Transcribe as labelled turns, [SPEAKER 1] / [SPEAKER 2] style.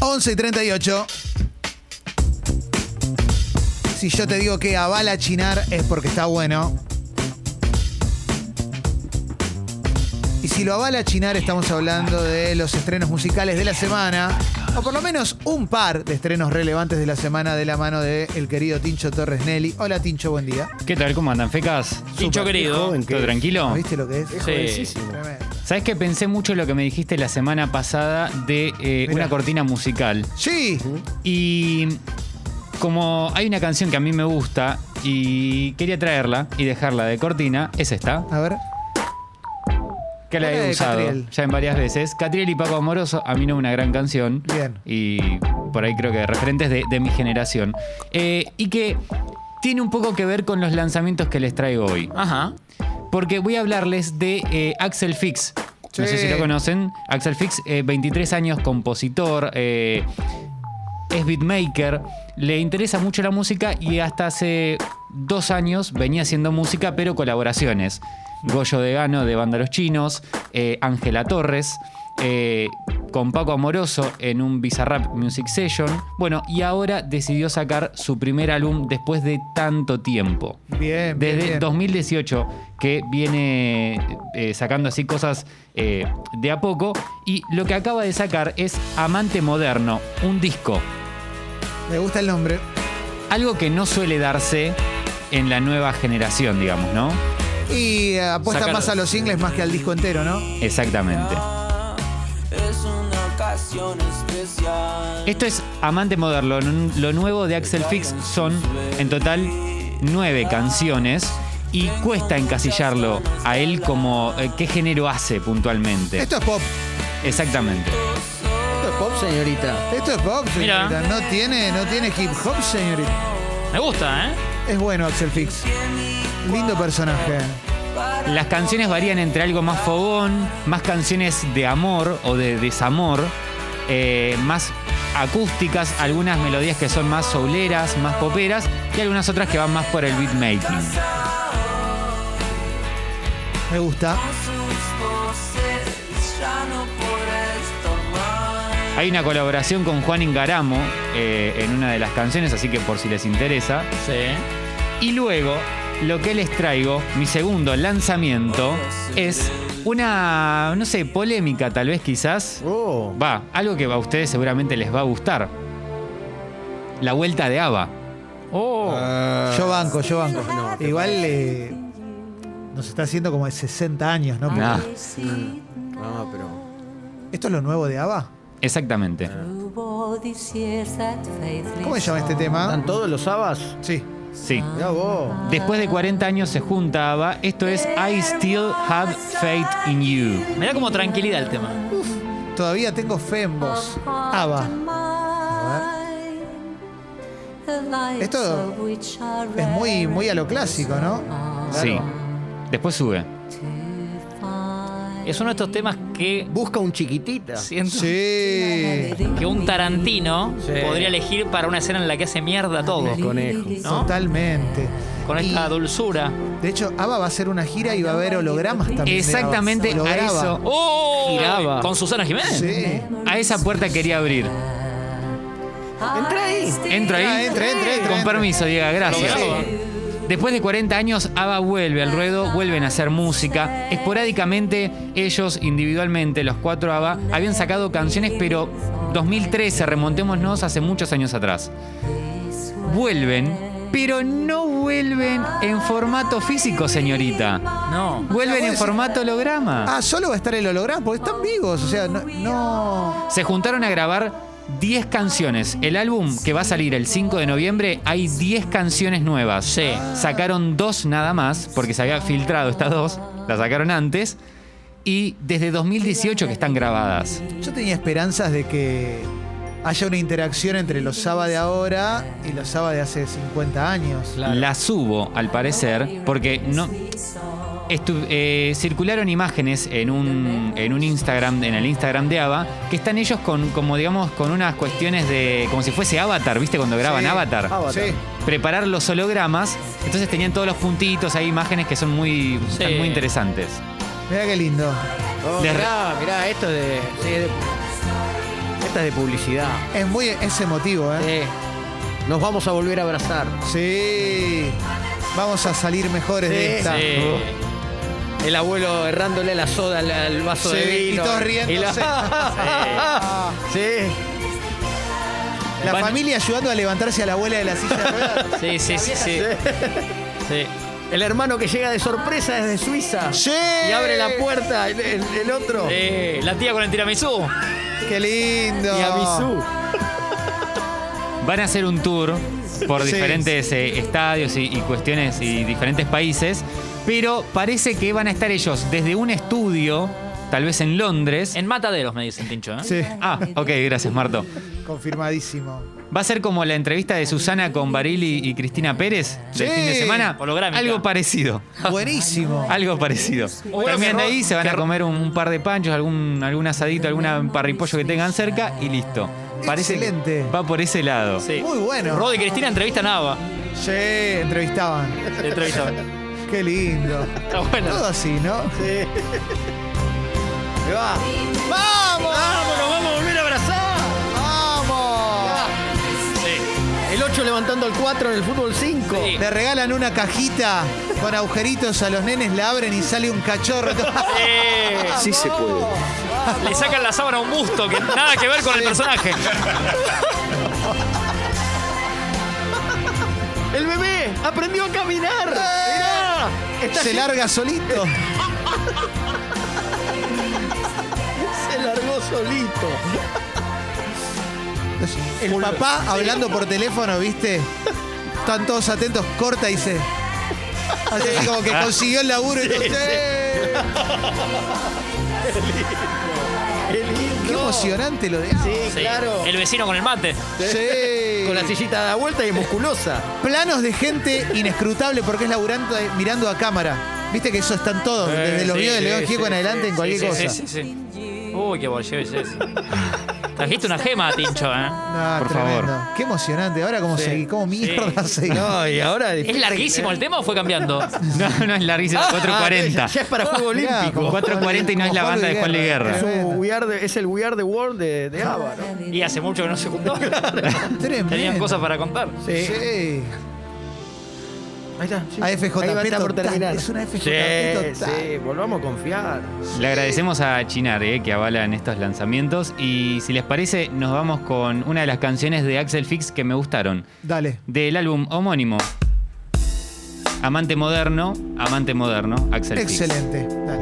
[SPEAKER 1] 11 y 38. Si yo te digo que avala chinar es porque está bueno. Y si lo avala chinar estamos hablando de los estrenos musicales de la semana. O por lo menos un par de estrenos relevantes de la semana de la mano del querido Tincho Torres Nelly. Hola Tincho, buen día.
[SPEAKER 2] ¿Qué tal? ¿Cómo andan, fecas? Pincho querido.
[SPEAKER 3] joven que
[SPEAKER 2] ¿Todo
[SPEAKER 3] es.
[SPEAKER 2] tranquilo?
[SPEAKER 1] ¿Viste lo que es?
[SPEAKER 3] Es
[SPEAKER 2] Sí.
[SPEAKER 3] jovencísimo.
[SPEAKER 1] Tremendo.
[SPEAKER 2] ¿Sabes que pensé mucho en lo que me dijiste la semana pasada de eh,
[SPEAKER 1] Mirá.
[SPEAKER 2] una cortina musical?
[SPEAKER 1] Sí,
[SPEAKER 2] Y como hay una canción que a mí me gusta y quería traerla y dejarla de cortina, es esta,
[SPEAKER 1] a ver.
[SPEAKER 2] que la
[SPEAKER 1] Una de
[SPEAKER 2] he usado
[SPEAKER 1] Catriel.
[SPEAKER 2] ya en varias veces. Catriel y Paco Amoroso, a mí no una gran canción.
[SPEAKER 1] Bien.
[SPEAKER 2] Y por ahí creo que referentes de, de mi generación. Eh, y que tiene un poco que ver con los lanzamientos que les traigo hoy.
[SPEAKER 3] Ajá.
[SPEAKER 2] porque voy a hablarles de eh, Axel Fix. No
[SPEAKER 1] Sí.
[SPEAKER 2] sé si lo conocen. Axel Fix, eh, 23 años, compositor, eh, es beatmaker, le interesa mucho la música y hasta hace dos años venía haciendo música, pero colaboraciones. Goyo de Gano de Banda Los Chinos, eh, Ángela Torres, eh, con Paco Amoroso en un Bizarrap Music Session. Bueno, y ahora decidió sacar su primer álbum después de tanto tiempo.
[SPEAKER 1] Bien, bien,
[SPEAKER 2] Desde
[SPEAKER 1] bien.
[SPEAKER 2] 2018 que viene eh, sacando así cosas eh, de a poco y lo que acaba de sacar es Amante Moderno, un disco,
[SPEAKER 1] Me gusta el nombre.
[SPEAKER 2] algo que no suele darse en la nueva generación, digamos, ¿no?
[SPEAKER 1] Y eh, apuesta
[SPEAKER 3] Sacar-
[SPEAKER 1] más a los singles más que al disco entero, ¿no?
[SPEAKER 2] Exactamente.
[SPEAKER 4] Es una ocasión especial.
[SPEAKER 2] Esto es Amante Moderno, lo, lo nuevo de Axel Fix son en total nueve canciones. Y cuesta encasillarlo a él como eh, qué género hace puntualmente.
[SPEAKER 1] Esto es pop.
[SPEAKER 2] Exactamente.
[SPEAKER 3] Esto es pop, señorita.
[SPEAKER 1] Esto es pop,
[SPEAKER 3] Mirá.
[SPEAKER 1] señorita. No tiene, no tiene hip hop, señorita.
[SPEAKER 3] Me gusta, ¿eh?
[SPEAKER 1] Es bueno Axel Fix. Lindo personaje.
[SPEAKER 2] Las canciones varían entre algo más fogón, más canciones de amor o de desamor, eh, más acústicas, algunas melodías que son más souleras, más poperas y algunas otras que van más por el beatmaking.
[SPEAKER 1] Me gusta.
[SPEAKER 4] Sus voces ya no podrás tomar.
[SPEAKER 2] Hay una colaboración con Juan Ingaramo eh, en una de las canciones, así que por si les interesa.
[SPEAKER 3] Sí.
[SPEAKER 2] Y luego, lo que les traigo, mi segundo lanzamiento, es una, no sé, polémica tal vez quizás,
[SPEAKER 3] Oh.
[SPEAKER 2] Va, algo que a ustedes seguramente les va a gustar. La vuelta de Ava.
[SPEAKER 3] Oh.
[SPEAKER 1] Yo banco, yo banco. Igual eh, nos está haciendo como de 60 años, ¿no?
[SPEAKER 2] Nah,
[SPEAKER 3] Ah. No, pero.
[SPEAKER 1] ¿Esto es lo nuevo de ABBA?
[SPEAKER 2] exactamente.
[SPEAKER 1] ¿Cómo se llama este tema?
[SPEAKER 3] ¿Están todos los habas?
[SPEAKER 1] Sí.
[SPEAKER 2] Sí.
[SPEAKER 3] Ah. Mirá vos.
[SPEAKER 2] Después de 40 años se junta Ava. Esto es I Still Have Faith in You.
[SPEAKER 3] Me da como tranquilidad el tema.
[SPEAKER 1] Todavía tengo fe en vos. ABBA. Esto Es muy, muy a lo clásico, ¿no?
[SPEAKER 2] Sí. Después sube.
[SPEAKER 3] Es uno de estos temas que
[SPEAKER 5] Busca un chiquitita.
[SPEAKER 3] siento
[SPEAKER 1] Sí.
[SPEAKER 3] que un Tarantino
[SPEAKER 5] Sí.
[SPEAKER 3] podría elegir para una escena en la que hace mierda todo.
[SPEAKER 5] Conejo.
[SPEAKER 3] ¿no?
[SPEAKER 1] Totalmente.
[SPEAKER 3] Con esta
[SPEAKER 1] Y-
[SPEAKER 3] dulzura.
[SPEAKER 1] De hecho, ABBA va a hacer una gira y va a haber hologramas también. de ABBA.
[SPEAKER 2] Exactamente a
[SPEAKER 1] Holograba.
[SPEAKER 2] eso.
[SPEAKER 3] ¡Oh!
[SPEAKER 5] Giraba.
[SPEAKER 3] Con Susana Jiménez.
[SPEAKER 1] Sí.
[SPEAKER 2] A esa puerta quería abrir.
[SPEAKER 5] Entra ahí.
[SPEAKER 2] Entra ahí.
[SPEAKER 1] Ah, entra, entra, entra,
[SPEAKER 2] Con
[SPEAKER 1] entra.
[SPEAKER 2] permiso, Diego, gracias.
[SPEAKER 3] Logrado.
[SPEAKER 2] Después de 40 años, ABBA vuelve al ruedo, vuelven a hacer música. Esporádicamente, ellos individualmente, los cuatro ABBA, habían sacado canciones, pero 2013, remontémonos hace muchos años atrás. Vuelven, pero no vuelven en formato físico, señorita.
[SPEAKER 3] No.
[SPEAKER 2] Vuelven en formato holograma.
[SPEAKER 1] Ah, solo va a estar el holograma, porque están vivos. O sea, no. no-
[SPEAKER 2] Se juntaron a grabar 10 canciones. El álbum que va a salir el 5 de noviembre hay 10 canciones nuevas.
[SPEAKER 3] Sí.
[SPEAKER 2] Sacaron dos nada más, porque se había filtrado estas dos, las sacaron antes. Y desde 2018 que están grabadas.
[SPEAKER 1] Yo tenía esperanzas de que haya una interacción entre los Saba de ahora y los Saba de hace 50 años.
[SPEAKER 2] Las subo, al parecer, porque no. estu- eh, circularon imágenes en un, en un Instagram, en el Instagram de Ava, que están ellos con, como digamos, con unas cuestiones de. como si fuese Avatar, ¿viste? Cuando graban
[SPEAKER 1] Sí.
[SPEAKER 2] Avatar.
[SPEAKER 5] Avatar.
[SPEAKER 1] Sí.
[SPEAKER 2] Preparar los hologramas. Entonces tenían todos los puntitos, hay imágenes que son muy,
[SPEAKER 3] Sí.
[SPEAKER 2] están muy interesantes.
[SPEAKER 1] Mira qué lindo.
[SPEAKER 5] Oh,
[SPEAKER 2] De-
[SPEAKER 5] mirá, mirá, esto es de. sí, es de-
[SPEAKER 1] Es
[SPEAKER 5] esta es de publicidad.
[SPEAKER 1] Es muy es emotivo, ¿eh?
[SPEAKER 5] Eh, nos vamos a volver a abrazar.
[SPEAKER 1] Sí. Vamos a salir mejores
[SPEAKER 5] Sí,
[SPEAKER 1] de esta.
[SPEAKER 3] Sí.
[SPEAKER 5] Uh. El abuelo errándole la soda al, al vaso
[SPEAKER 1] Sí,
[SPEAKER 5] de
[SPEAKER 1] y
[SPEAKER 5] vino.
[SPEAKER 1] todos riéndose.
[SPEAKER 5] Y la- sí.
[SPEAKER 1] La
[SPEAKER 3] Van-
[SPEAKER 1] familia ayudando a levantarse a la abuela de la silla de ruedas.
[SPEAKER 3] Sí, sí, sí, sí. Sí.
[SPEAKER 5] El hermano que llega de sorpresa desde Suiza.
[SPEAKER 1] Sí.
[SPEAKER 5] Y abre la puerta el, el- el otro.
[SPEAKER 3] Eh, la tía con el tiramisú.
[SPEAKER 1] Qué lindo.
[SPEAKER 5] Y a Bisú.
[SPEAKER 2] Van a hacer un tour por
[SPEAKER 1] Sí.
[SPEAKER 2] diferentes eh, estadios y, y cuestiones y diferentes países, pero parece que van a estar ellos desde un estudio, tal vez en Londres.
[SPEAKER 3] En mataderos, me dicen, Tincho. ¿eh?
[SPEAKER 1] Sí,
[SPEAKER 2] Ah, ok, gracias Marto.
[SPEAKER 1] confirmadísimo.
[SPEAKER 2] Va a ser como la entrevista de Susana con Barili y Cristina Pérez del
[SPEAKER 1] Sí.
[SPEAKER 2] fin de semana.
[SPEAKER 3] Holográmica.
[SPEAKER 2] Algo parecido.
[SPEAKER 1] Buenísimo.
[SPEAKER 2] Algo parecido.
[SPEAKER 3] Bueno,
[SPEAKER 2] Terminan
[SPEAKER 3] que
[SPEAKER 2] de
[SPEAKER 3] ro-
[SPEAKER 2] ahí, se van
[SPEAKER 3] que
[SPEAKER 2] a
[SPEAKER 3] ro-
[SPEAKER 2] comer un, un par de panchos, algún, algún asadito, algún parripollo que tengan cerca y listo. Parece que
[SPEAKER 1] Excelente.
[SPEAKER 2] va por ese lado.
[SPEAKER 3] Sí.
[SPEAKER 1] Muy bueno.
[SPEAKER 3] Rod y Cristina entrevistan a Ava.
[SPEAKER 1] Sí, entrevistaban.
[SPEAKER 3] Entrevistan.
[SPEAKER 1] Qué lindo.
[SPEAKER 3] Está bueno.
[SPEAKER 1] Todo así, ¿no?
[SPEAKER 5] Sí. Ahí va.
[SPEAKER 1] ¡Vamos!
[SPEAKER 5] ¡Vámonos, vamos a volver a abrazar!
[SPEAKER 1] ¡Vamos!
[SPEAKER 3] Sí.
[SPEAKER 5] El 8 levantando al 4 en el fútbol 5.
[SPEAKER 3] Sí.
[SPEAKER 1] Le regalan una cajita con agujeritos a los nenes, la abren y sale un cachorro.
[SPEAKER 3] Eh,
[SPEAKER 6] Sí se puede.
[SPEAKER 3] le sacan la sábana a un busto que nada que ver con el personaje.
[SPEAKER 5] ¡El bebé aprendió a caminar!
[SPEAKER 1] Ah.
[SPEAKER 5] ¡Mirá! Está
[SPEAKER 1] Se
[SPEAKER 5] así,
[SPEAKER 1] larga solito.
[SPEAKER 5] se largó solito.
[SPEAKER 1] El papá hablando por teléfono, ¿viste? Están todos atentos, corta y se. Así como que consiguió el laburo y todo, Ah. "Sí".
[SPEAKER 5] ¡Qué lindo!
[SPEAKER 1] Qué emocionante lo de. Ava.
[SPEAKER 5] Sí,
[SPEAKER 3] Sí.
[SPEAKER 5] claro.
[SPEAKER 3] El vecino con el mate.
[SPEAKER 1] Sí.
[SPEAKER 5] Con la sillita da vuelta y musculosa.
[SPEAKER 1] Planos de gente inescrutable porque es laburando mirando a cámara. Viste que eso están todos, desde los
[SPEAKER 3] sí,
[SPEAKER 1] videos de
[SPEAKER 3] sí,
[SPEAKER 1] León Gieco
[SPEAKER 3] sí,
[SPEAKER 1] en adelante en cualquier
[SPEAKER 3] sí, sí,
[SPEAKER 1] cosa.
[SPEAKER 3] Sí, sí, sí. Uy, qué bolsillo es ese. Trajiste una gema, Tincho, ¿eh?
[SPEAKER 1] No,
[SPEAKER 2] Por
[SPEAKER 1] tremendo.
[SPEAKER 2] favor.
[SPEAKER 1] Qué emocionante. Ahora cómo seguí, cómo mierda seguí.
[SPEAKER 5] No, y ahora.
[SPEAKER 3] ¿Es larguísimo el tema o fue cambiando?
[SPEAKER 2] No, no es larguísimo,
[SPEAKER 5] Ah,
[SPEAKER 2] 440.
[SPEAKER 5] Ya, ya es para juego
[SPEAKER 1] Ah, Mirá,
[SPEAKER 5] olímpico.
[SPEAKER 1] con
[SPEAKER 2] 4.40 y no es
[SPEAKER 1] como
[SPEAKER 2] la
[SPEAKER 1] Juan eh.
[SPEAKER 2] banda de Juan Luis Guerra.
[SPEAKER 5] Es,
[SPEAKER 1] Tremendo.
[SPEAKER 5] un We Are the- es el We Are the World de,
[SPEAKER 1] Ah.
[SPEAKER 5] de ABBA, ¿no?
[SPEAKER 3] Y hace mucho que no se juntó.
[SPEAKER 1] Tremendo.
[SPEAKER 3] Tenían cosas para contar.
[SPEAKER 5] Sí.
[SPEAKER 1] Sí.
[SPEAKER 5] Ahí está. sí.
[SPEAKER 1] AFJP
[SPEAKER 5] Ahí va, está por
[SPEAKER 1] total,
[SPEAKER 5] terminar.
[SPEAKER 1] es una AFJP
[SPEAKER 5] Sí,
[SPEAKER 1] total.
[SPEAKER 5] sí, volvamos a confiar.
[SPEAKER 2] Le agradecemos a Chinar eh, que avalan estos lanzamientos y si les parece nos vamos con una de las canciones de Axel Fix que me gustaron,
[SPEAKER 1] Dale.
[SPEAKER 2] del álbum homónimo. Amante moderno, amante moderno, Axel Fix.
[SPEAKER 1] Excelente. Dale.